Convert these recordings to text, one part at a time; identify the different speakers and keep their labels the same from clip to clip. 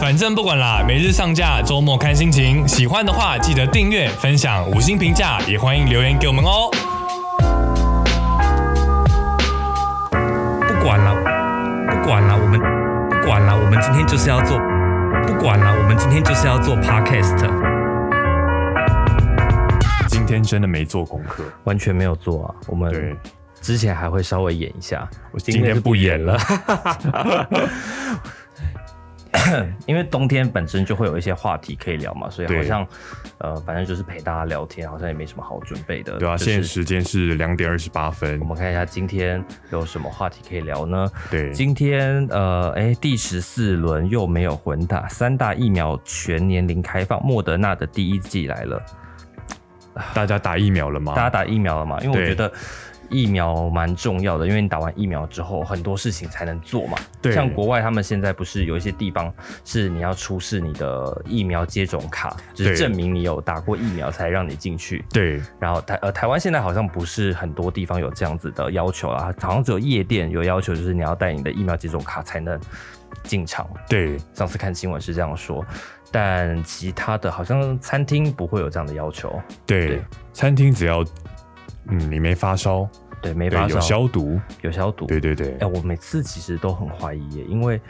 Speaker 1: 反正不管啦，每日上架，周末看心情。喜欢的话记得订阅、分享、五星评价，也欢迎留言给我们哦。
Speaker 2: 不管了，不管了，我们不管了，我们今天就是要做，不管了，我们今天就是要做 podcast，
Speaker 1: 今天真的没做功课，
Speaker 3: 完全没有做啊。我们，之前还会稍微演一下，
Speaker 1: 我今天不演了。
Speaker 3: 因为冬天本身就会有一些话题可以聊嘛，所以好
Speaker 1: 对
Speaker 3: 像呃，反正就是陪大家聊天，好像也没什么好准备的。
Speaker 1: 对啊，
Speaker 3: 就
Speaker 1: 现在
Speaker 3: 是
Speaker 1: 时间是两点二十八分
Speaker 3: 我。们看一下今天有什么话题可以聊呢？
Speaker 1: 对，
Speaker 3: 今天呃，哎，第十四轮又没有混打，三大疫苗全年龄开放，莫德纳的第一季来了，
Speaker 1: 大家打疫苗了吗？
Speaker 3: 大家打疫苗了嘛？因为我
Speaker 1: 啊对
Speaker 3: 觉得疫苗蛮重要的，因为你打完疫苗之后，很多事情才能做嘛。
Speaker 1: 对
Speaker 3: 像国外他们现在不是有一些地方是你要出示你的疫苗接种卡，就是
Speaker 1: 对
Speaker 3: 证明你有打过疫苗才让你进去。
Speaker 1: 对
Speaker 3: 然后台呃台湾现在好像不是很多地方有这样子的要求啦，好像只有夜店有要求，就是你要带你的疫苗接种卡才能进场。
Speaker 1: 对
Speaker 3: 上次看新闻是这样说，但其他的好像餐厅不会有这样的要求。
Speaker 1: 对
Speaker 3: 对，
Speaker 1: 餐厅只要嗯你没发烧，
Speaker 3: 对，没
Speaker 1: 对
Speaker 3: 发
Speaker 1: 有
Speaker 3: 烧，
Speaker 1: 消毒，
Speaker 3: 有消毒。
Speaker 1: 对对对
Speaker 3: 哎、，我每次其实都很怀疑耶，因为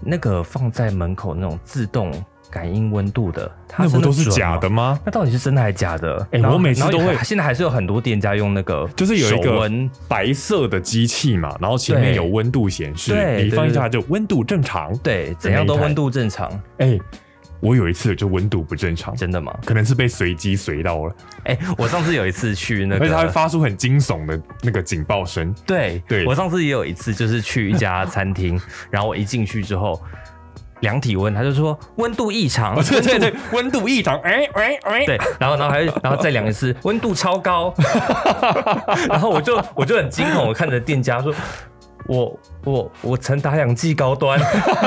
Speaker 3: 那个放在门口那种自动感应温度的，它
Speaker 1: 那不
Speaker 3: 真的
Speaker 1: 都是
Speaker 3: 准
Speaker 1: 假
Speaker 3: 啊吗
Speaker 1: 的？吗？
Speaker 3: 那到底是真的还是假的？
Speaker 1: 哎
Speaker 3: 然后
Speaker 1: 我每次
Speaker 3: 然后
Speaker 1: 都
Speaker 3: 有
Speaker 1: 会
Speaker 3: 现在还是有很多店家用那个，
Speaker 1: 就是有一
Speaker 3: 手
Speaker 1: 个
Speaker 3: 温，
Speaker 1: 白色的机器嘛，然后前面
Speaker 3: 对
Speaker 1: 有温度显示，
Speaker 3: 对
Speaker 1: 你
Speaker 3: 对
Speaker 1: 放一
Speaker 3: 对
Speaker 1: 下就温度正常。
Speaker 3: 对，怎样都温度正常，
Speaker 1: 哎、我有一次就温度不正常，
Speaker 3: 真的吗？
Speaker 1: 可能是被随机随到了，
Speaker 3: 哎、我上次有一次去那
Speaker 1: 而且它会
Speaker 3: 个，
Speaker 1: 发出很惊悚的那个警报 声。
Speaker 3: 对
Speaker 1: 对
Speaker 3: 我上次也有一次就是去一家餐厅，然后我一进去之后。量体温，他就说温度异常，
Speaker 1: 哦，对对对，温度异常，哎哎 哎，
Speaker 3: 对，然后然后还然后再量一次，温度超高， 然后我就我就很惊恐，我看着店家说，我我我曾打两剂高端，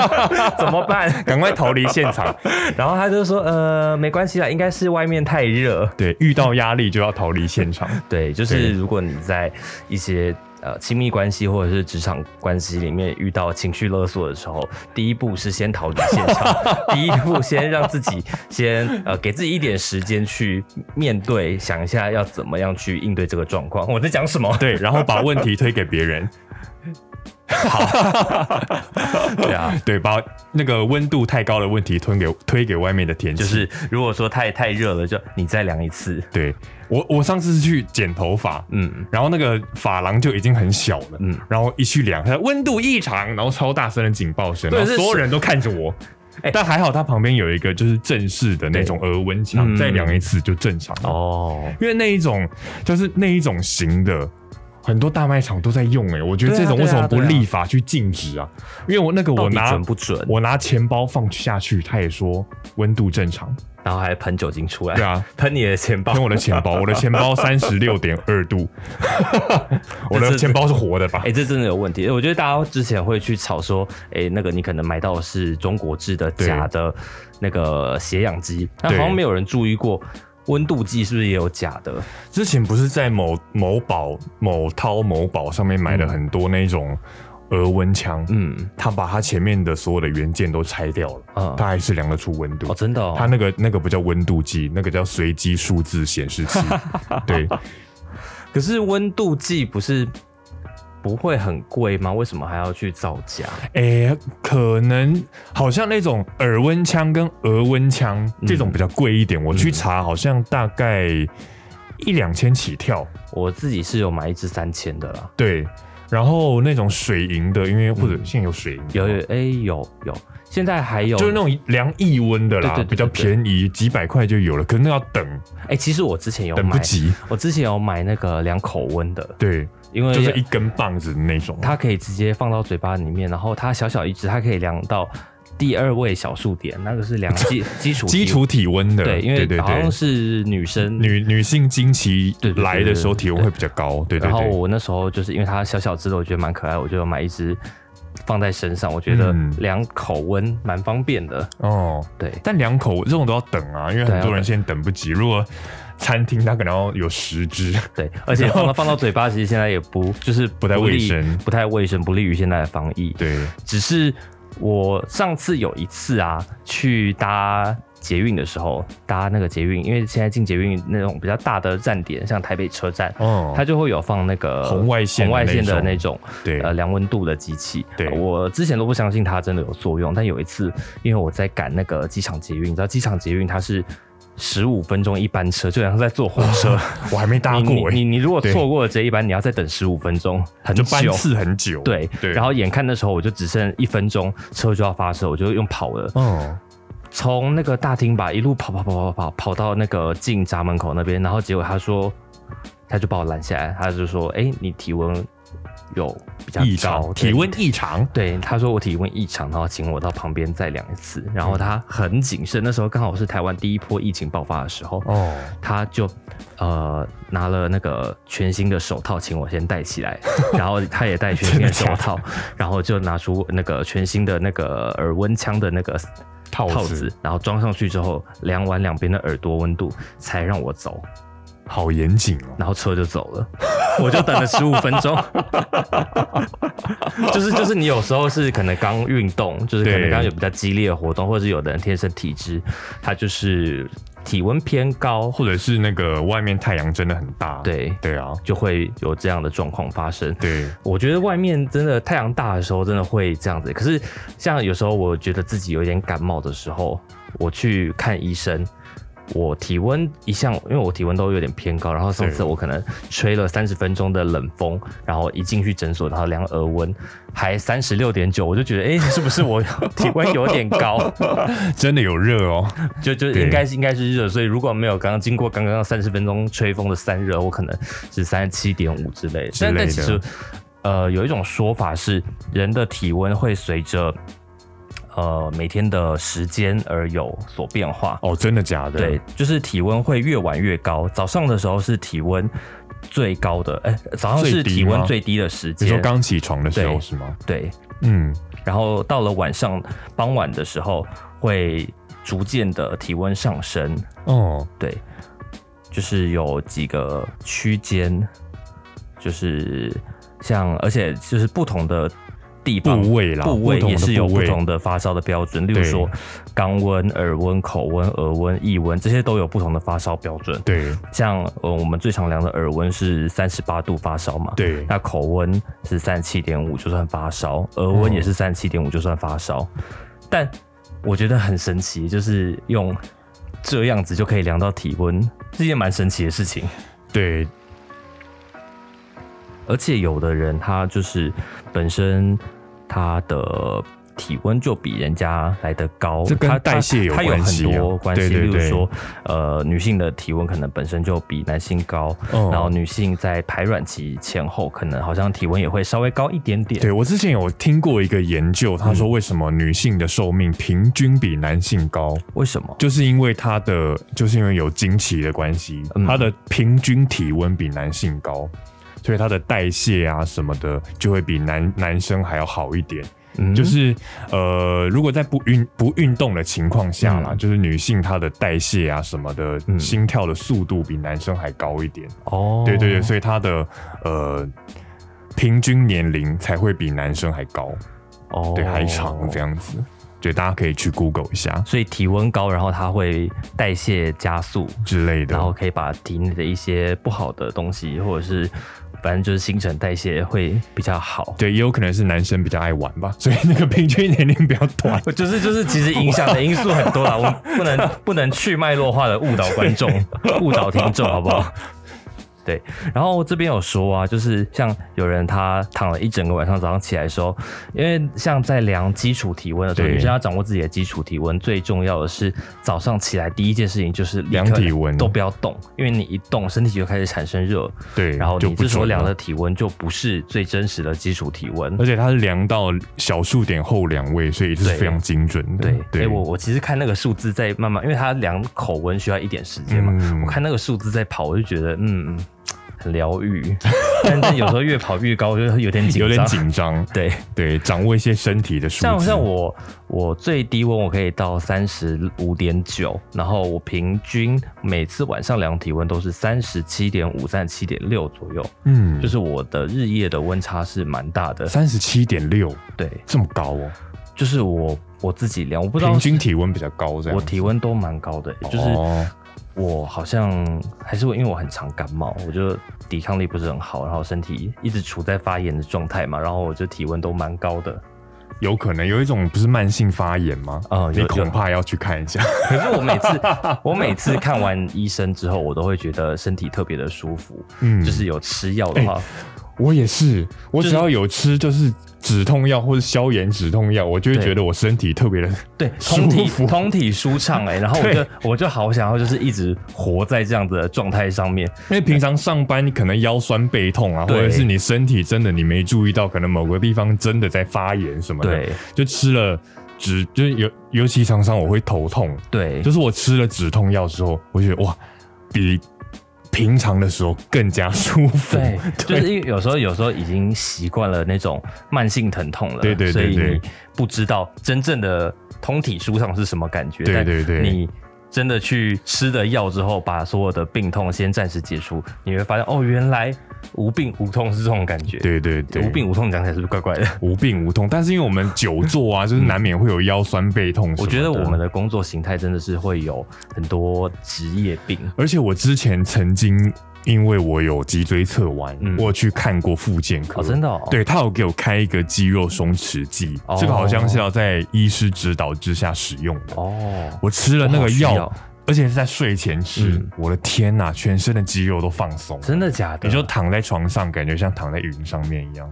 Speaker 3: 怎么办？
Speaker 1: 赶快逃离现场。
Speaker 3: 然后他就说，呃，没关系啦，应该是外面太热。
Speaker 1: 对，遇到压力就要逃离现场。
Speaker 3: 对，
Speaker 1: 对
Speaker 3: 就是如果你在一些呃亲密关系或者是职场关系里面遇到情绪勒索的时候，第一步是先逃离现 场，第一步先让自己先呃给自己一点时间去面对，想一下要怎么样去应对这个状况。我在讲什 么？
Speaker 1: 对，然后把问题推给别人。
Speaker 3: 对啊。
Speaker 1: 对，把那个温度太高的问题推给推给外面的天气。
Speaker 3: 就是如果说太太热了，就你再量一次，
Speaker 1: 对我，我上次是去剪头发，
Speaker 3: 嗯，
Speaker 1: 然后那个发廊就已经很小了，嗯
Speaker 3: 嗯，
Speaker 1: 然后一去量，它温度异常，然后超大声的警报声，
Speaker 3: 对
Speaker 1: 然后所有
Speaker 3: 是
Speaker 1: 人都看着我。
Speaker 3: 哎
Speaker 1: 但还好，它旁边有一个就是正式的那种额温枪，
Speaker 3: 嗯
Speaker 1: 再量一次就正常了。
Speaker 3: 哦，
Speaker 1: 因为那一种就是那一种型的，很多大卖场都在用哎、我觉得
Speaker 3: 对
Speaker 1: 这
Speaker 3: 啊
Speaker 1: 种为什么
Speaker 3: 对
Speaker 1: 不
Speaker 3: 啊对啊
Speaker 1: 立法去禁止啊？因为我那个
Speaker 3: 到
Speaker 1: 我
Speaker 3: 底
Speaker 1: 拿
Speaker 3: 准不准？
Speaker 1: 我拿钱包放下去，他也说温度正常，
Speaker 3: 然后还喷酒精出来，
Speaker 1: 对啊，
Speaker 3: 喷你的钱哎包
Speaker 1: 跟。我的钱 包，我的钱包三十六点二度，我的钱包是活的吧
Speaker 3: 哎、？这真的有问题。我觉得大家之前会去吵说，哎、那个你可能买到的是中国制的
Speaker 1: 对
Speaker 3: 假的那个血氧机，但
Speaker 1: 对
Speaker 3: 好像没有人注意过温度计是不是也有假的？
Speaker 1: 之前不是在某某宝、某淘、某宝上面买了很多那种额温枪，
Speaker 3: 嗯，
Speaker 1: 他把他前面的所有的元件都拆掉了，
Speaker 3: 嗯
Speaker 1: 他还是量得出温度。
Speaker 3: 哦，真的哦，
Speaker 1: 他那个那个不叫温度计，那个叫随机数字显示 器。对，
Speaker 3: 可是温度计不是不会很贵吗？为什么还要去造假？
Speaker 1: 诶、可能好像那种耳温枪跟额温枪
Speaker 3: 嗯
Speaker 1: 这种比较贵一点，我去查好像大概一两千起跳。
Speaker 3: 我自己是有买一支三千的啦，
Speaker 1: 对，然后那种水银的，因为或者现在有水银，
Speaker 3: 有有哎、有有，现在还有
Speaker 1: 就是那种量易温的啦，
Speaker 3: 对对对对
Speaker 1: 比较便宜，几百块就有了。可是那要等，
Speaker 3: 哎、其实我之前有
Speaker 1: 等不
Speaker 3: 买，
Speaker 1: 及。
Speaker 3: 我之前有买那个量口温的，
Speaker 1: 对，
Speaker 3: 因为
Speaker 1: 就是一根棒子那种。啊
Speaker 3: 它可以直接放到嘴巴里面，然后它小小一只，它可以量到第二位小数点，那个是量基 基础
Speaker 1: 基础体温的，
Speaker 3: 对，因
Speaker 1: 对
Speaker 3: 为
Speaker 1: 对
Speaker 3: 好像
Speaker 1: 对，
Speaker 3: 是女生。
Speaker 1: 女女性经期
Speaker 3: 对对对
Speaker 1: 来的时候体温会比较高，对对
Speaker 3: 然后
Speaker 1: 对，
Speaker 3: 我那时候就是因为它小小只的，我觉得蛮可爱，我就有买一只放在身上，我觉得
Speaker 1: 嗯
Speaker 3: 量口温蛮方便的。
Speaker 1: 哦。
Speaker 3: 对，
Speaker 1: 但两口这种都要等啊，因为
Speaker 3: 对啊
Speaker 1: 很多人现在等不及。如果餐厅它可能要有十只，
Speaker 3: 对， 而且放到放到嘴巴，其实现在也不就是不
Speaker 1: 太卫
Speaker 3: 利
Speaker 1: 生
Speaker 3: 不太卫生，不利于现在的防疫。
Speaker 1: 对
Speaker 3: 只是我上次有一次啊，去搭捷运的时候，搭那个捷运，因为现在进捷运那种比较大的站点，像台北车站，
Speaker 1: 哦，
Speaker 3: 它就会有放那个
Speaker 1: 红外线的
Speaker 3: 红外线的
Speaker 1: 那
Speaker 3: 那种
Speaker 1: 对
Speaker 3: 呃量温度的机器。
Speaker 1: 对
Speaker 3: 呃我之前都不相信它真的有作用，但有一次，因为我在赶那个机场捷运，你知道机场捷运它是十五分钟一班车，就好像在坐火车。
Speaker 1: 我还没 搭
Speaker 3: 你
Speaker 1: 过、欸，
Speaker 3: 你你你如果
Speaker 1: 对
Speaker 3: 错过了这一班，你要再等十五分钟，很
Speaker 1: 就
Speaker 3: 久。
Speaker 1: 班次很久，
Speaker 3: 对
Speaker 1: 对，
Speaker 3: 然后眼看那时候我就只剩一分钟，车就要发车，我就用跑的，
Speaker 1: 哦，
Speaker 3: 从那个大厅吧一路跑跑跑跑跑跑到那个进闸门口那边，然后结果他说，他就把我拦下来，他就说，哎、你体温有比较
Speaker 1: 异
Speaker 3: 高，
Speaker 1: 常
Speaker 3: 对
Speaker 1: 体温异常，
Speaker 3: 对，他说我体温异常，然后请我到旁边再量一次。然后他很谨慎，那时候刚好是台湾第一波疫情爆发的时候，
Speaker 1: 哦，
Speaker 3: 他就呃拿了那个全新的手套，请我先 戴起来，然后他也戴全新的手套，然后就拿出那个全新的那个耳温枪的那个
Speaker 1: 套子
Speaker 3: 然后装上去之后量完两边的耳朵温度，才让我走，
Speaker 1: 好严谨哦。
Speaker 3: 然后车就走了，我就等了十五分 钟。就是就是你有时候是可能刚运动，就是可能
Speaker 1: 对
Speaker 3: 刚有比较激烈的活动，或者是有的人天生体质，他就是体温偏高，
Speaker 1: 或者是那个外面太阳真的很大，
Speaker 3: 对
Speaker 1: 对啊，
Speaker 3: 就会有这样的状况发生。
Speaker 1: 对，
Speaker 3: 我觉得外面真的太阳大的时候，真的会这样子。可是像有时候我觉得自己有点感冒的时候，我去看医生，我体温一向因为我体温都有点偏高，然后上次
Speaker 1: 对
Speaker 3: 我可能吹了三十分钟的冷风，然后一进去诊所，然后量额温还三十六点九，我就觉得哎、诶是不是我 体温有点高？
Speaker 1: 真的有热哦，
Speaker 3: 就就
Speaker 1: 对
Speaker 3: 应该是应该是热，所以如果没有刚刚经过刚刚三十分钟吹风的散热，我可能是三十七点五之类的。
Speaker 1: 之类
Speaker 3: 但
Speaker 1: 的
Speaker 3: 但其实，呃，有一种说法是，人的体温会随着呃每天的时间而有所变化。
Speaker 1: 哦，真的假的？
Speaker 3: 对，，就是体温会越晚越高。早上的时候是体温最高的，哎、早上是
Speaker 1: 最低
Speaker 3: 体温
Speaker 1: 吗
Speaker 3: 最低的时
Speaker 1: 你说
Speaker 3: 间。
Speaker 1: 刚起床的时候
Speaker 3: 对
Speaker 1: 是吗？
Speaker 3: 对，
Speaker 1: 嗯，
Speaker 3: 然后到了晚上傍晚的时候会逐渐的体温上升。
Speaker 1: 哦，
Speaker 3: 对，就是有几个区间，就是像，而且就是不同的地方
Speaker 1: 部位啦
Speaker 3: 部位
Speaker 1: 不同的
Speaker 3: 也是有
Speaker 1: 部
Speaker 3: 不
Speaker 1: 位
Speaker 3: 同的发烧的标准，例如说肛温、耳温、口温、额温、腋温，这些都有不同的发烧标准。
Speaker 1: 对
Speaker 3: 像呃，我们最常量的耳温是三十八度发烧嘛，，
Speaker 1: 对，
Speaker 3: 那口温是三十七点五就算发烧，额温
Speaker 1: 嗯
Speaker 3: 也是三十七点五就算发烧。但我觉得很神奇，就是用这样子就可以量到体温，是一件蛮神奇的事情。
Speaker 1: 对
Speaker 3: 而且有的人他就是本身他的体温就比人家来的高，
Speaker 1: 这跟
Speaker 3: 他
Speaker 1: 代谢有
Speaker 3: 他他有
Speaker 1: 关系
Speaker 3: 很
Speaker 1: 啊
Speaker 3: 多关系，
Speaker 1: 对对
Speaker 3: 例
Speaker 1: 对
Speaker 3: 如说呃女性的体温可能本身就比男性高，
Speaker 1: 哦
Speaker 3: 然后女性在排卵期前后可能好像体温也会稍微高一点点。
Speaker 1: 对，我之前有听过一个研究，他
Speaker 3: 嗯
Speaker 1: 说为什么女性的寿命平均比男性高，
Speaker 3: 为什么？
Speaker 1: 就是因为她的就是因为有经期的关系，
Speaker 3: 嗯
Speaker 1: 她的平均体温比男性高。所以她的代谢啊什么的就会比男男生还要好一点，
Speaker 3: 嗯
Speaker 1: 就是呃，如果在不运不运动的情况下啦，
Speaker 3: 嗯
Speaker 1: 就是女性她的代谢啊什么的，
Speaker 3: 嗯
Speaker 1: 心跳的速度比男生还高一点。
Speaker 3: 哦，
Speaker 1: 对对对，所以她的呃平均年龄才会比男生还高，
Speaker 3: 哦，
Speaker 1: 对，还长这。样子。对，大家可以去 Google 一下
Speaker 3: 所以体温高，然后它会代谢加速，
Speaker 1: 之类的
Speaker 3: 然。后可以把体内的一些不好的东西，或者是反正就是新陈代谢会比较好。
Speaker 1: 对，也有可能是男生比较爱玩吧，所以那个平均年龄比较短。
Speaker 3: 就是就是，其实影响的因素很多啦，我们不能不能去脉络化的误导观众、误导听众，好不好？ 对，然后这边有说啊，就是像有人他躺了一整个晚上，早上起来的时候，因为像在量基础体温的时候，
Speaker 1: 对
Speaker 3: 女生要掌握自己的基础体温，最重要的是早上起来第一件事情就是立刻
Speaker 1: 量体温
Speaker 3: 都不要动，因为你一动，身体就开始产生热，
Speaker 1: 对，
Speaker 3: 然后
Speaker 1: 就
Speaker 3: 你
Speaker 1: 不
Speaker 3: 这时候
Speaker 1: 准
Speaker 3: 量
Speaker 1: 了
Speaker 3: 的，体温就不是最真实的基础体温，
Speaker 1: 而且它是量到小数点后两位，所以是
Speaker 3: 对
Speaker 1: 非常精准的。
Speaker 3: 对，哎、
Speaker 1: 对，
Speaker 3: 我我其实看那个数字在慢慢，因为它量口温需要一点时间嘛，
Speaker 1: 嗯
Speaker 3: 我看那个数字在跑，我就觉得嗯，很疗愈，但但有时候越跑越高，我就有点紧张，
Speaker 1: 有点。紧张。
Speaker 3: 对，
Speaker 1: 对，掌握一些身体的数字。
Speaker 3: 像像我我最低温我可以到三十五点九，然后我平均每次晚上量体温都是三十七点五、三十七点六左右，
Speaker 1: 嗯，
Speaker 3: 就是我的日夜的温差是蛮大的。
Speaker 1: 三十七点六，
Speaker 3: 对，
Speaker 1: 这么高哦。
Speaker 3: 就是我我自己量，我不知道
Speaker 1: 平均体温比较高，这样
Speaker 3: 我体温都蛮高的、就是
Speaker 1: 哦
Speaker 3: 我好像还是会，因为我很常感冒，我就抵抗力不是很好，然后身体一直处在发炎的状态嘛，然后我就体温都蛮 高的。
Speaker 1: 有可能有一种不是慢性发炎吗？
Speaker 3: 哦有
Speaker 1: 你恐怕要去看一 下。
Speaker 3: 可是我每次我每次看完医生之后，我都会觉得身体特别的舒服，
Speaker 1: 嗯哎
Speaker 3: 就是有吃药的话，
Speaker 1: 我也是，我只要有吃就是止痛药或者消炎止痛药，我就会
Speaker 3: 对
Speaker 1: 觉得我身体特 别的
Speaker 3: 对，通体
Speaker 1: 舒服
Speaker 3: 通体舒畅哎、然后我
Speaker 1: 对
Speaker 3: 就我就好想要就是一直活在这样子的状态上面，
Speaker 1: 因为平常上班你可能腰酸背痛啊，或
Speaker 3: 对
Speaker 1: 者是你身体真的你没注意到，可能某个地方真的在发炎什么的，
Speaker 3: 对
Speaker 1: 就吃了止，就是尤尤其常常我会头痛，
Speaker 3: 对，
Speaker 1: 就是我吃了止痛药之后，我觉得哇，比平常的时候更加舒服。
Speaker 3: 对，就是因为有时候有时候已经习惯了那种慢性疼痛了，
Speaker 1: 对对对
Speaker 3: 所以
Speaker 1: 对
Speaker 3: 你不知道真正的通体舒畅是什么感觉。
Speaker 1: 对对
Speaker 3: 但
Speaker 1: 对
Speaker 3: 你真的去吃了药之后，把所有的病痛先暂时解除，你会发现哦，原来无病无痛是这种感觉。
Speaker 1: 对对对，
Speaker 3: 无病无痛讲起来是不是 怪怪的？
Speaker 1: 无病无痛，但是因为我们久坐啊，就是难免会有腰酸背痛什么的。
Speaker 3: 我觉得我们的工作形态真的是会有很多职业病。
Speaker 1: 而且我之前曾经因为我有脊椎侧弯，
Speaker 3: 嗯
Speaker 1: 我有去看过复健科，
Speaker 3: 哦真的哦
Speaker 1: 对他有给我开一个肌肉松弛剂，
Speaker 3: 哦
Speaker 1: 这个好像是要在医师指导之下使用的。
Speaker 3: 哦，
Speaker 1: 我吃了那
Speaker 3: 我好
Speaker 1: 个
Speaker 3: 需
Speaker 1: 药
Speaker 3: 要，
Speaker 1: 而且是在睡前吃，
Speaker 3: 嗯
Speaker 1: 我的天呐、全身的肌肉都放松了，
Speaker 3: 真的假的？
Speaker 1: 你就躺在床上，感觉像躺在云上面一样，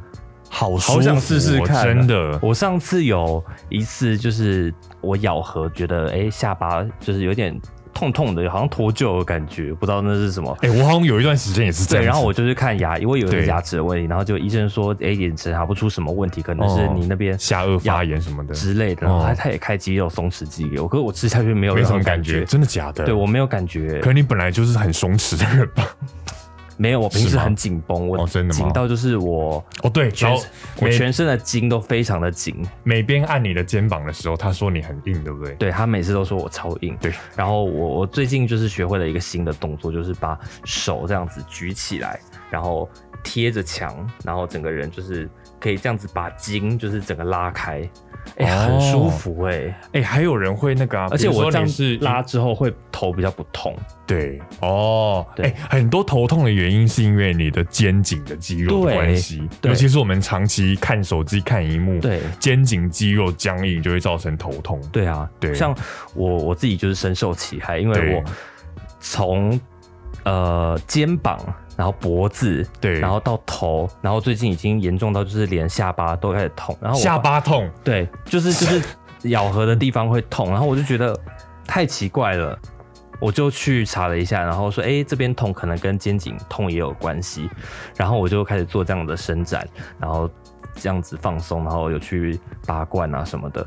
Speaker 1: 好舒服哦
Speaker 3: 好想试试看啊
Speaker 1: 真的。
Speaker 3: 我上次有一次，就是我咬合觉得，哎、下巴就是有点痛痛的，好像脱臼的感觉，不知道那是什么。
Speaker 1: 哎、我好像有一段时间也是这样子，
Speaker 3: 对，然后我就去看牙，因为有
Speaker 1: 对
Speaker 3: 牙齿的问题，然后就医生说，哎、眼神查不出什么问题，可能是
Speaker 1: 哦
Speaker 3: 你那边
Speaker 1: 下颚发炎什么的，
Speaker 3: 之类的。然后他
Speaker 1: 哦
Speaker 3: 他也开肌肉松弛剂给我，可是我吃下去没有
Speaker 1: 没
Speaker 3: 任
Speaker 1: 什
Speaker 3: 何
Speaker 1: 么
Speaker 3: 感
Speaker 1: 感觉，
Speaker 3: 觉，
Speaker 1: 真的假的？
Speaker 3: 对我没有感觉，
Speaker 1: 可你本来就是很松弛的人吧？
Speaker 3: 没有，我平时
Speaker 1: 是吗
Speaker 3: 很紧绷，我
Speaker 1: 哦真的吗
Speaker 3: 紧到就是我
Speaker 1: 哦，对，然
Speaker 3: 全
Speaker 1: 后
Speaker 3: 我
Speaker 1: 每
Speaker 3: 全身的筋都非常的紧，
Speaker 1: 每边按你的肩膀的时候，他说你很硬，对不对？
Speaker 3: 对他每次都说我超硬，
Speaker 1: 对。
Speaker 3: 然后我我最近就是学会了一个新的动作，就是把手这样子举起来，然后贴着墙，然后整个人就是可以这样子把筋就是整个拉开，哎、
Speaker 1: 哦
Speaker 3: 很舒服哎、
Speaker 1: 哎、还有人会那个啊，
Speaker 3: 而且
Speaker 1: 比如
Speaker 3: 我
Speaker 1: 说
Speaker 3: 这样
Speaker 1: 你是
Speaker 3: 拉之后会头比较不痛，
Speaker 1: 对哦，
Speaker 3: 对
Speaker 1: 哎、很多头痛的原因是因为你的肩颈的肌肉的
Speaker 3: 对
Speaker 1: 关系，
Speaker 3: 对
Speaker 1: 尤其是我们长期看手机、看荧幕，
Speaker 3: 对
Speaker 1: 肩颈肌肉僵硬就会造成头痛。
Speaker 3: 对啊，
Speaker 1: 对
Speaker 3: 像我我自己就是深受其害，因为
Speaker 1: 对
Speaker 3: 我从呃肩膀，然后脖子，
Speaker 1: 对
Speaker 3: 然后到头，然后最近已经严重到就是连下巴都开始痛，然后我
Speaker 1: 下巴痛，
Speaker 3: 对，就是就是咬合的地方会痛，然后我就觉得太奇怪了。我就去查了一下，然后说，哎、这边痛可能跟肩颈痛也有关系，然后我就开始做这样的伸展，然后这样子放松，然后有去拔罐啊什么的，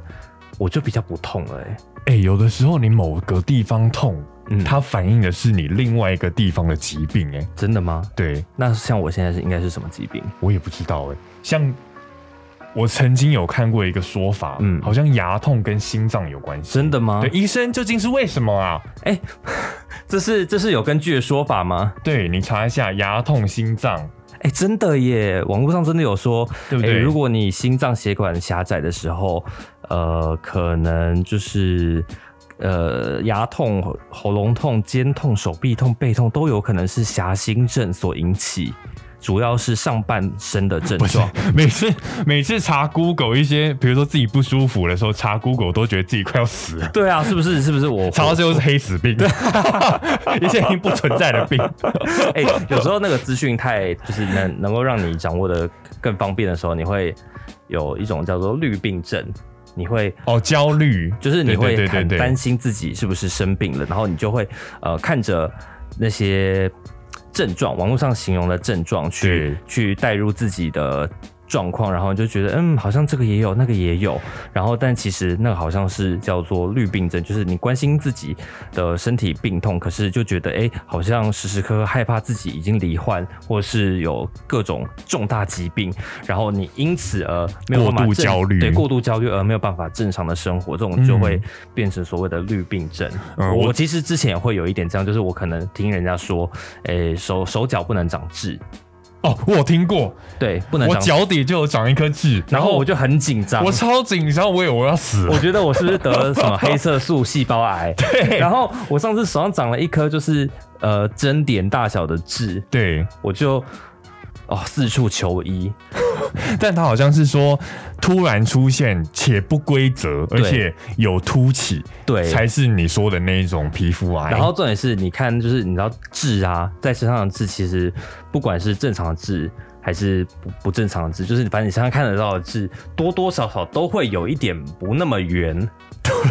Speaker 3: 我就比较不痛了、诶
Speaker 1: 哎、有的时候你某个地方痛，
Speaker 3: 嗯
Speaker 1: 它反映的是你另外一个地方的疾病、哎，
Speaker 3: 真的吗？
Speaker 1: 对
Speaker 3: 那像我现在是应该是什么疾病？
Speaker 1: 我也不知道、哎，像。我曾经有看过一个说法，
Speaker 3: 嗯
Speaker 1: 嗯，好像牙痛跟心脏有关系。
Speaker 3: 真的吗
Speaker 1: 对，？医生究竟是为什么啊？
Speaker 3: 哎、这是这是有根据的说法吗？
Speaker 1: 对你查一下，牙痛、心脏，
Speaker 3: 哎、真的耶，网络上真的有说，
Speaker 1: 对不对
Speaker 3: 诶如果你心脏血管狭窄的时候，呃，可能就是呃牙痛、喉喉咙痛、肩痛、手臂痛、背痛都有可能是狭心症所引起，主要是上半身的症
Speaker 1: 不是
Speaker 3: 状。
Speaker 1: 每次每次查 Google 一些，比如说自己不舒服的时候，查 Google 都觉得自己快要死了。
Speaker 3: 对啊，是不是？是不 是我
Speaker 1: 查到最后是黑死 病，一些已经不存在的病。
Speaker 3: 哎、有时候那个资讯太就是能能够让你掌握的更方便的时候，你会有一种叫做绿病症，你会
Speaker 1: 哦，焦虑
Speaker 3: 就是你
Speaker 1: 对
Speaker 3: 会
Speaker 1: 对对
Speaker 3: 很
Speaker 1: 对
Speaker 3: 担
Speaker 1: 对，
Speaker 3: 心自己是不是生病了，然后你就会呃看着那些症状，网络上形容的症状去
Speaker 1: 对
Speaker 3: 去带入自己的状况，然后你就觉得嗯，好像这个也有，那个也有，然后但其实那个好像是叫做绿病症，就是你关心自己的身体病痛，可是就觉得哎、诶好像时时刻刻害怕自己已经罹患，或是有各种重大疾病，然后你因此而没有办
Speaker 1: 过
Speaker 3: 法
Speaker 1: 度
Speaker 3: 正
Speaker 1: 焦虑
Speaker 3: 对过度焦虑而没有办法正常的生活，这种就会变成所谓的绿病症。
Speaker 1: 嗯
Speaker 3: 我
Speaker 1: 我
Speaker 3: 我其实之前也会有一点这样，就是我可能听人家说，诶、手手脚不能长痣。
Speaker 1: 哦，我有听过，
Speaker 3: 对，不能
Speaker 1: 我
Speaker 3: 长。
Speaker 1: 脚底就有长一颗痣，
Speaker 3: 然后我就很紧张，
Speaker 1: 我超紧张，我以为我要死
Speaker 3: 我
Speaker 1: 了。
Speaker 3: 觉得我是不是得了什么黑色素细 胞癌？对。然后我上次手上长了一颗就是呃针点大小的痣，
Speaker 1: 对，
Speaker 3: 我就哦四处求医，
Speaker 1: 但它好像是说突然出现且不规则，而
Speaker 3: 对
Speaker 1: 且有凸起，
Speaker 3: 对
Speaker 1: 才是你说的那一种皮肤癌。
Speaker 3: 然后重点是，你看，就是你知道痣啊，在身上的痣，其实不管是正常的痣还是不不正常的痣，就是反正你身上看得到的痣，多多少少都会有一点不那么圆。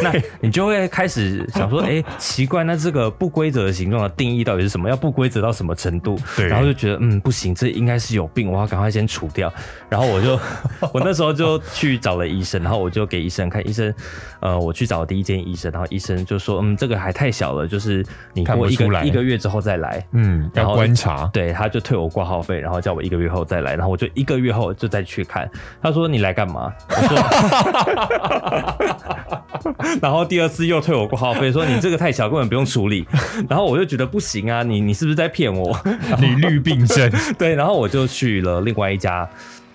Speaker 3: 那你就会开始 想说，哎、奇怪，那这个不规则的形状的定义到底是什么？要不规则到什么程度？
Speaker 1: 对
Speaker 3: 然后就觉得，嗯，不行，这应该是有病，我要赶快先除 掉。然后我就，我那时候就去找了医生，然后我就给医生看，医生，呃，我去找第一间医生，然后医生就说，嗯，这个还太小了，就是你
Speaker 1: 看不
Speaker 3: 过一个
Speaker 1: 出来
Speaker 3: 一个月之后再来。
Speaker 1: 嗯，
Speaker 3: 然
Speaker 1: 要
Speaker 3: 后
Speaker 1: 观察。
Speaker 3: 对，他就退我挂号费，然后叫我一个月后再来，然后我就一个月后就再去看。他说你来干嘛？ 我说，然后第二次又退我挂号费，说你这个太小，根本不用处理。然后我就觉得不行啊，你你是不是在骗我？
Speaker 1: 你绿病症，
Speaker 3: 对，然后我就去了另外一家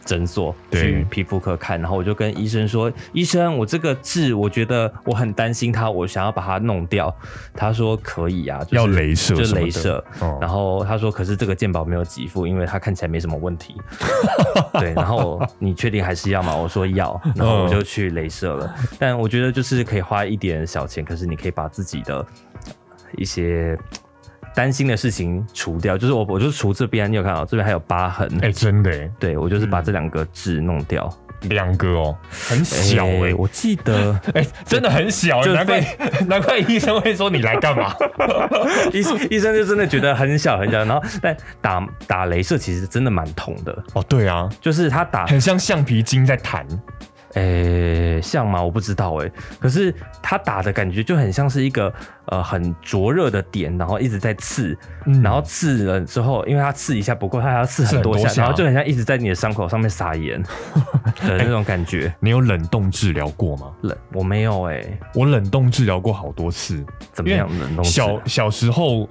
Speaker 3: 诊所
Speaker 1: 对
Speaker 3: 去皮肤科看，然后我就跟医生说：“医生，我这个痣，我觉得我很担心它，我想要把它弄掉。”他说：“可以啊，就是、
Speaker 1: 要镭射
Speaker 3: 就
Speaker 1: 什么的
Speaker 3: 镭射。
Speaker 1: 哦
Speaker 3: 然后他说：“可是这个健保没有给付，因为它看起来没什么问 题。”对，然后你确定还是要吗？我说要，
Speaker 1: 嗯
Speaker 3: 然后我就去镭射了。但我觉得就是可以花一点小钱，可是你可以把自己的一些担心的事情除掉。就是我，我就除这边，你有看到啊这边还有疤痕，
Speaker 1: 哎、真的、欸，
Speaker 3: 对我就是把这两个痣弄掉。
Speaker 1: 两个哦，很小哎、
Speaker 3: 诶欸我记得
Speaker 1: 哎、真的很小、
Speaker 3: 就
Speaker 1: 难怪 难怪医生会说你来干 嘛？
Speaker 3: 医医生就真的觉得很小很小，然后但打打镭射其实真的蛮痛的，
Speaker 1: 哦，对啊，
Speaker 3: 就是他打
Speaker 1: 很像橡皮筋在弹，
Speaker 3: 诶、像吗？我不知道诶、可是他打的感觉就很像是一个呃很灼热的点，然后一直在刺，
Speaker 1: 嗯
Speaker 3: 然后刺了之后，因为他刺一下不够，他还要刺
Speaker 1: 刺
Speaker 3: 很
Speaker 1: 很
Speaker 3: 多
Speaker 1: 多
Speaker 3: 下，
Speaker 1: 下哎
Speaker 3: 然后就很像一直在你的伤口上面撒 盐的那种感觉。
Speaker 1: 你有冷冻治疗过吗？
Speaker 3: 冷，我没有诶、
Speaker 1: 我冷冻治疗过好多次，
Speaker 3: 怎么样
Speaker 1: 因为
Speaker 3: 冷冻治疗
Speaker 1: 小小时候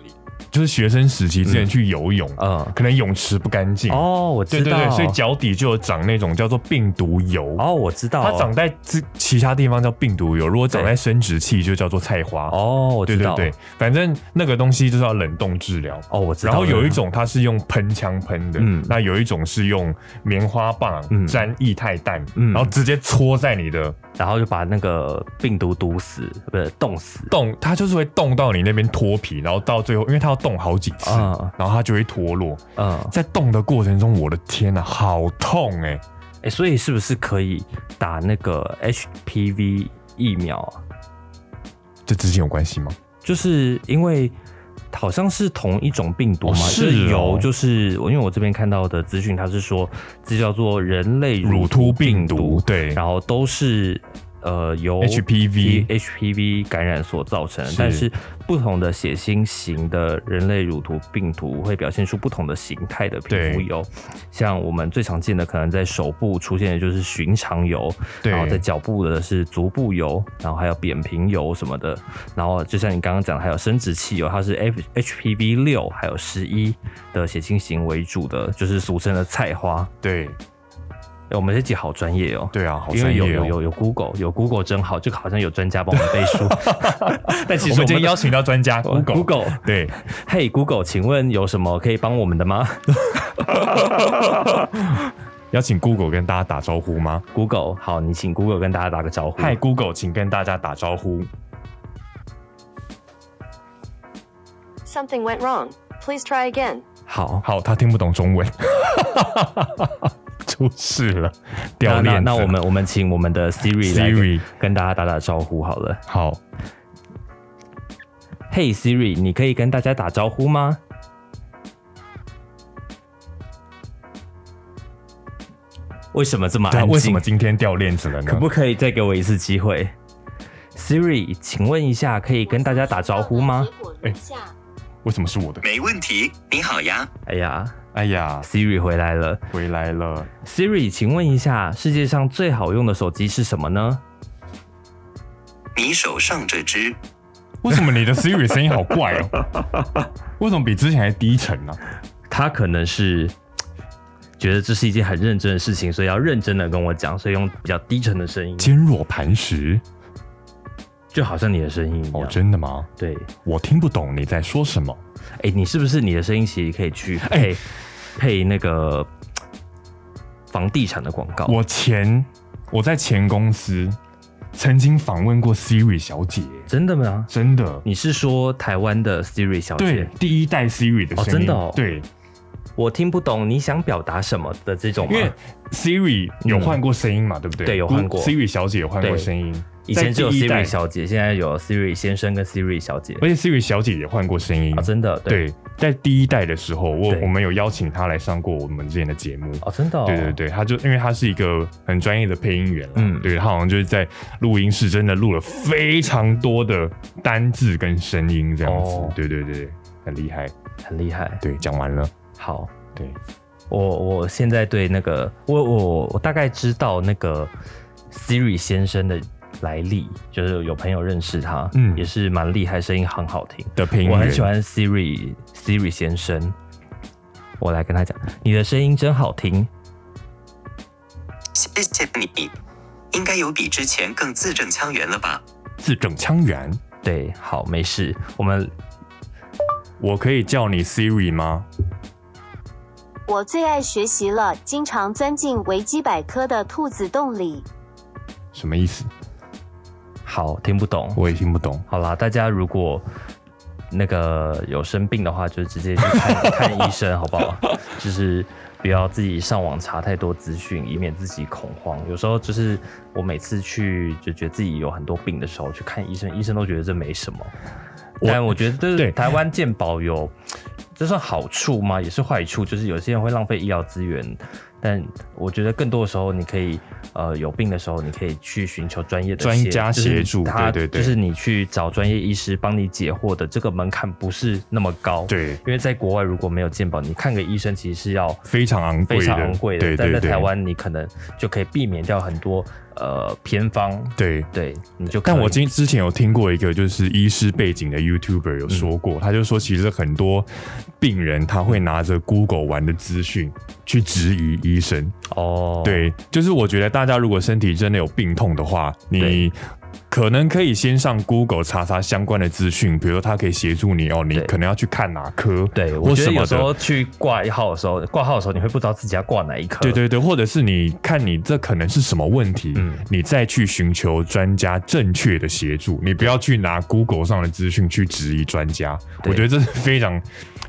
Speaker 1: 就是学生时期之前去游泳，
Speaker 3: 嗯
Speaker 1: 可能泳池不干净，
Speaker 3: 哦，我
Speaker 1: 对
Speaker 3: 知
Speaker 1: 对
Speaker 3: 道，
Speaker 1: 对，所以脚底就有长那种叫做病毒疣。
Speaker 3: 哦，我知道，
Speaker 1: 它长在其其他地方叫病毒疣，如果长在生殖器就叫做菜花。
Speaker 3: 哦，我
Speaker 1: 对
Speaker 3: 知
Speaker 1: 对
Speaker 3: 道，
Speaker 1: 对，反正那个东西就是要冷冻治疗。
Speaker 3: 哦，我知道
Speaker 1: 然
Speaker 3: 了。
Speaker 1: 后有一种它是用喷枪喷的，
Speaker 3: 嗯
Speaker 1: 那有一种是用棉花棒
Speaker 3: 嗯
Speaker 1: 沾液态氮，
Speaker 3: 嗯
Speaker 1: 然后直接戳在你的
Speaker 3: 然后就把那个病毒毒死，不是冻死。
Speaker 1: 洞，它就是会冻到你那边脱皮，然后到最后，因为它要冻好几次，
Speaker 3: 嗯
Speaker 1: 然后它就会脱落。
Speaker 3: 嗯，
Speaker 1: 在冻的过程中，我的天呐、好痛哎、
Speaker 3: 哎、所以是不是可以打那个 HPV 疫苗啊？
Speaker 1: 这之间有关系吗？
Speaker 3: 就是因为好像是同一种病毒
Speaker 1: 哦
Speaker 3: 嘛，
Speaker 1: 是
Speaker 3: 就
Speaker 1: 哦
Speaker 3: 有就是我因为我这边看到的资讯，它是说这叫做人类
Speaker 1: 乳突病毒，对，
Speaker 3: 然后都是呃由
Speaker 1: HPV
Speaker 3: P- HPV 感染所造成的，
Speaker 1: 是
Speaker 3: 但是不同的血清型的人类乳头病毒会表现出不同的形态的皮肤
Speaker 1: 对
Speaker 3: 疣，像我们最常见的可能在手部出现的就是寻常疣，
Speaker 1: 对
Speaker 3: 然后在脚部的是足部疣，然后还有扁平疣什么的，然后就像你刚刚讲的，还有生殖器疣，它是 H HPV 六还有十一的血清型为主的，就是俗称的菜花。
Speaker 1: 对
Speaker 3: 哎我们这集好专业哦。
Speaker 1: 对啊，好
Speaker 3: 因
Speaker 1: 专
Speaker 3: 为
Speaker 1: 业
Speaker 3: 有
Speaker 1: 哦。
Speaker 3: 有有有 Google 有 Google 真好，就好像有专家帮我们背 书。但其
Speaker 1: 我
Speaker 3: 实
Speaker 1: 们今天邀请到专家
Speaker 3: Google
Speaker 1: Google，
Speaker 3: 哦 Google，
Speaker 1: 对，
Speaker 3: 嘿 Google，请问有什么可以帮我们的吗
Speaker 1: 邀请 Google 跟大家打招呼吗？
Speaker 3: ？Google，好，你请 Google 跟大家打个招呼。
Speaker 1: 嗨，Google，请跟大家打招呼。
Speaker 4: Something went wrong. Please try again.
Speaker 3: 好，
Speaker 1: 好，他听不懂中文，出事了，掉
Speaker 3: 那
Speaker 1: 链
Speaker 3: 那
Speaker 1: 子
Speaker 3: 那我们我们请我们的 Siri 来
Speaker 1: Siri
Speaker 3: 跟大家打打招呼好了。
Speaker 1: 好，
Speaker 3: 嘿 Siri，你可以跟大家打招呼吗？为什么这么
Speaker 1: 对啊，
Speaker 3: 安静？
Speaker 1: 为什么今天掉链子了呢？
Speaker 3: 可不可以再给我一次机会？Siri，请问一下，可以跟大家打招呼吗？？
Speaker 1: 哎为什么是我的？
Speaker 5: 没问题，你好呀。
Speaker 3: 哎呀
Speaker 1: 哎呀，
Speaker 3: ，Siri 回来了。
Speaker 1: 回来了，
Speaker 3: Siri，请问一下，世界上最好用的手机是什么呢？
Speaker 5: 你手上这只，
Speaker 1: 为什么你的 Siri 声音好 怪哦？为什么比之前还低沉呢、
Speaker 3: 它可能是觉得这是一件很认真的事情，所以要认真的跟我讲，所以用比较低沉的声音，
Speaker 1: 坚若磐石
Speaker 3: 就好像你的声音一样。
Speaker 1: 哦，真的吗？
Speaker 3: 对，
Speaker 1: 我听不懂你在说什么。
Speaker 3: 哎、你是不是你的声音其实可以去
Speaker 1: 哎
Speaker 3: 配、配那个房地产的广告？
Speaker 1: 我前我在前公司曾经访问过 Siri 小姐，
Speaker 3: 真的吗？
Speaker 1: 真的，
Speaker 3: 你是说台湾的 Siri 小
Speaker 1: 对
Speaker 3: 姐？
Speaker 1: 第一代 Siri 的声音，
Speaker 3: 哦真的哦
Speaker 1: 对，
Speaker 3: 我听不懂你想表达什么的这种
Speaker 1: 因为
Speaker 3: 吗？
Speaker 1: Siri 有换过声音嘛，对不对？
Speaker 3: 嗯对有换过
Speaker 1: Siri 小姐有换过
Speaker 3: 对
Speaker 1: 声音，
Speaker 3: 以前只有
Speaker 1: 在第一代
Speaker 3: Siri 小姐，现在有 Siri 先生跟 Siri 小姐
Speaker 1: 而且 Siri 小姐也换过声音
Speaker 3: 啊，真的对
Speaker 1: 对，在第一代的时候，我
Speaker 3: 对
Speaker 1: 我们有邀请她来上过我们之前的节目。
Speaker 3: 哦，真的、哦、
Speaker 1: 对对对，她就因为她是一个很专业的配音员啦，
Speaker 3: 嗯
Speaker 1: 对，她好像就是在录音室真的录了非常多的单字跟声音这样子，
Speaker 3: 哦
Speaker 1: 对对对，很厉害。
Speaker 3: 很厉害。
Speaker 1: 对，讲完了，
Speaker 3: 好，
Speaker 1: 对，
Speaker 3: 我我现在对那个我我我大概知道那个 Siri 先生的来历，就是有朋友认识他，
Speaker 1: 嗯
Speaker 3: 也是蛮厉害，声音很好听。
Speaker 1: 的配音
Speaker 3: 我
Speaker 1: 员
Speaker 3: 很喜欢 Siri Siri 先生，我来跟他讲，你的声音真好听。
Speaker 5: 谢谢你，应该有比之前更字正腔圆了吧？
Speaker 1: 字正腔圆，
Speaker 3: 对，好，没事，我们
Speaker 1: 我可以叫你 Siri 吗？
Speaker 4: 我最爱学习了，经常钻进维基百科的兔子洞里。
Speaker 1: 什么意思？
Speaker 3: 好听不懂。
Speaker 1: 我也听不懂。
Speaker 3: 好啦，大家如果那个有生病的话，就直接去看看医生，好 不好？就是不要自己上网查太多资讯，以免自己恐慌。有时候就是我每次去就觉得自己有很多病的时候去看医生，医生都觉得这没什么。但我觉得就是
Speaker 1: 对
Speaker 3: 台湾健保有，这算好处吗？也是坏处，就是有些人会浪费医疗资源。但我觉得更多的时候，你可以呃有病的时候，你可以去寻求专业的
Speaker 1: 专
Speaker 3: 协
Speaker 1: 家
Speaker 3: 就是
Speaker 1: 协助
Speaker 3: 他
Speaker 1: 对对对
Speaker 3: 就是你去找专业医师帮你解惑的这个门槛不是那么高。，
Speaker 1: 对，
Speaker 3: 因为在国外如果没有健保，你看个医生其实是要
Speaker 1: 非常昂贵的，
Speaker 3: 非常昂贵的。
Speaker 1: 对
Speaker 3: 但
Speaker 1: 对
Speaker 3: 在
Speaker 1: 对，
Speaker 3: 台湾，你可能就可以避免掉很多呃偏方。
Speaker 1: 对。
Speaker 3: 对，你就可以
Speaker 1: 但我今之前有听过一个就是医师背景的 YouTuber 有说
Speaker 3: 嗯
Speaker 1: 过，他就说其实很多病人他会拿着 Google 玩的资讯去质疑医生，
Speaker 3: 哦，
Speaker 1: 对，就是我觉得大家如果身体真的有病痛的话，你
Speaker 3: 对
Speaker 1: 可能可以先上 Google 查查相关的资讯，比如说它可以协助你哦，你
Speaker 3: 对
Speaker 1: 可能要去看哪科，
Speaker 3: 对，我
Speaker 1: 或
Speaker 3: 觉
Speaker 1: 什
Speaker 3: 得有
Speaker 1: 么
Speaker 3: 时候
Speaker 1: 的。
Speaker 3: 去挂一号的时候，挂号的时候你会不知道自己要挂哪一科。
Speaker 1: 对对对，或者是你看你这可能是什么问题，
Speaker 3: 嗯
Speaker 1: 你再去寻求专家正确的协助，你不要去拿 Google 上的资讯去质疑专家，
Speaker 3: 对
Speaker 1: 我觉得这是非常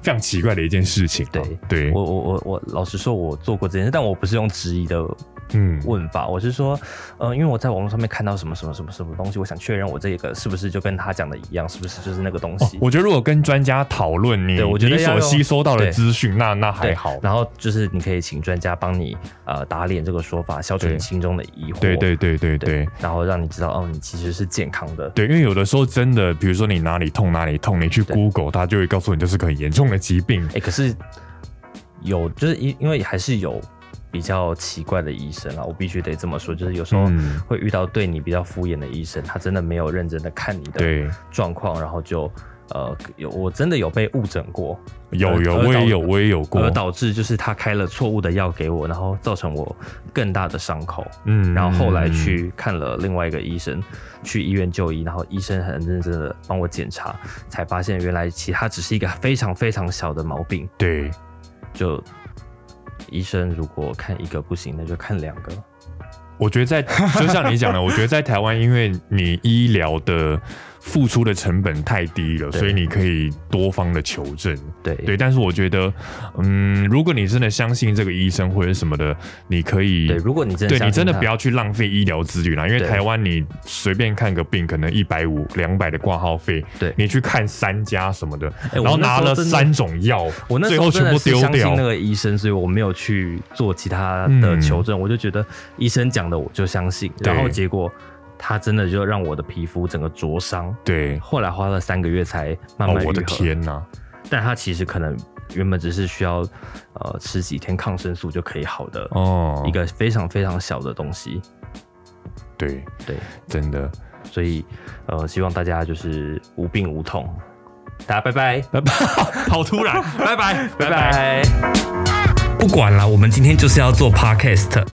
Speaker 1: 非常奇怪的一件事情啊、
Speaker 3: 对
Speaker 1: 对，
Speaker 3: 我我我我老实说，我做过这件事，但我不是用质疑的
Speaker 1: 嗯，
Speaker 3: 问法，我是说，呃，因为我在网络上面看到什么什么什么什么东西，我想确认我这个是不是就跟他讲的一样，是不是就是那个东
Speaker 1: 哦
Speaker 3: 西。
Speaker 1: 我觉得如果跟专家讨论你
Speaker 3: 对我觉得
Speaker 1: 你
Speaker 3: 要
Speaker 1: 所
Speaker 3: 用
Speaker 1: 吸收到的
Speaker 3: 对
Speaker 1: 资讯，那那还
Speaker 3: 对
Speaker 1: 好，
Speaker 3: 然后就是你可以请专家帮你呃打脸这个说法，消除
Speaker 1: 对
Speaker 3: 你心中的疑惑。
Speaker 1: 对对对对对
Speaker 3: 对，然后让你知道哦，你其实是健康的。
Speaker 1: 对，因为有的时候真的，比如说你哪里痛哪里痛，你去
Speaker 3: 对
Speaker 1: Google，它就会告诉你这是个很严重的疾病
Speaker 3: 哎、。可是有就是因因为还是有比较奇怪的医生啊，我必须得这么说，就是有时候
Speaker 1: 嗯
Speaker 3: 会遇到对你比较敷衍的医生，他真的没有认真的看你的
Speaker 1: 对，
Speaker 3: 状况，然后就呃有我真的有被误诊过，
Speaker 1: 有
Speaker 3: 而
Speaker 1: 有，
Speaker 3: 而
Speaker 1: 我
Speaker 3: 导
Speaker 1: 也有，我也有过
Speaker 3: 而。导致就是他开了错误的药给我，然后造成我更大的伤口。
Speaker 1: 嗯
Speaker 3: 然后后来，去看了另外一个医生，去医院就医，然后医生很认真的帮我检查，才发现原来其他只是一个非常非常小的毛病。
Speaker 1: 对，
Speaker 3: 就医生如果看一个不行，那就看两个。
Speaker 1: 我觉得 在就像你讲的，我觉得在台湾，因为你医疗的付出的成本太低了，
Speaker 3: 对
Speaker 1: 所以你可以多方的求证。
Speaker 3: 对
Speaker 1: 对，但是我觉得，嗯，如果你真的相信这个医生或者什么的，你可以
Speaker 3: 对如果你真的
Speaker 1: 对你
Speaker 3: 相信
Speaker 1: 真的
Speaker 3: 他
Speaker 1: 不要去浪费医疗资源啦，因为
Speaker 3: 对
Speaker 1: 台湾你随便看个病，可能一百五、两百的挂号费，
Speaker 3: 对哎
Speaker 1: 你去看三家什么的，
Speaker 3: 我
Speaker 1: 然后
Speaker 3: 那
Speaker 1: 拿
Speaker 3: 时候
Speaker 1: 了
Speaker 3: 真的
Speaker 1: 三种药，
Speaker 3: 我那
Speaker 1: 最
Speaker 3: 时
Speaker 1: 后
Speaker 3: 候
Speaker 1: 全部
Speaker 3: 真的是
Speaker 1: 丢
Speaker 3: 相信
Speaker 1: 掉嗯
Speaker 3: 那。个医生，所以我没有去做其他的求证，我就觉得医生讲的我就相信，
Speaker 1: 对
Speaker 3: 然后结果他真的就让我的皮肤整个灼伤。
Speaker 1: 对，
Speaker 3: 后来花了三个月才慢慢
Speaker 1: 哦
Speaker 3: 愈，合，
Speaker 1: 我的天哪！
Speaker 3: 但他其实可能原本只是需要呃吃几天抗生素就可以好的、
Speaker 1: 哦，
Speaker 3: 一个非常非常小的东西，
Speaker 1: 对，
Speaker 3: 对，
Speaker 1: 真的，
Speaker 3: 所以呃希望大家就是无病无痛，大家拜拜，
Speaker 1: 拜拜，好突然，拜拜，拜拜。
Speaker 3: 拜
Speaker 2: 不管了，我们今天就是要做 podcast。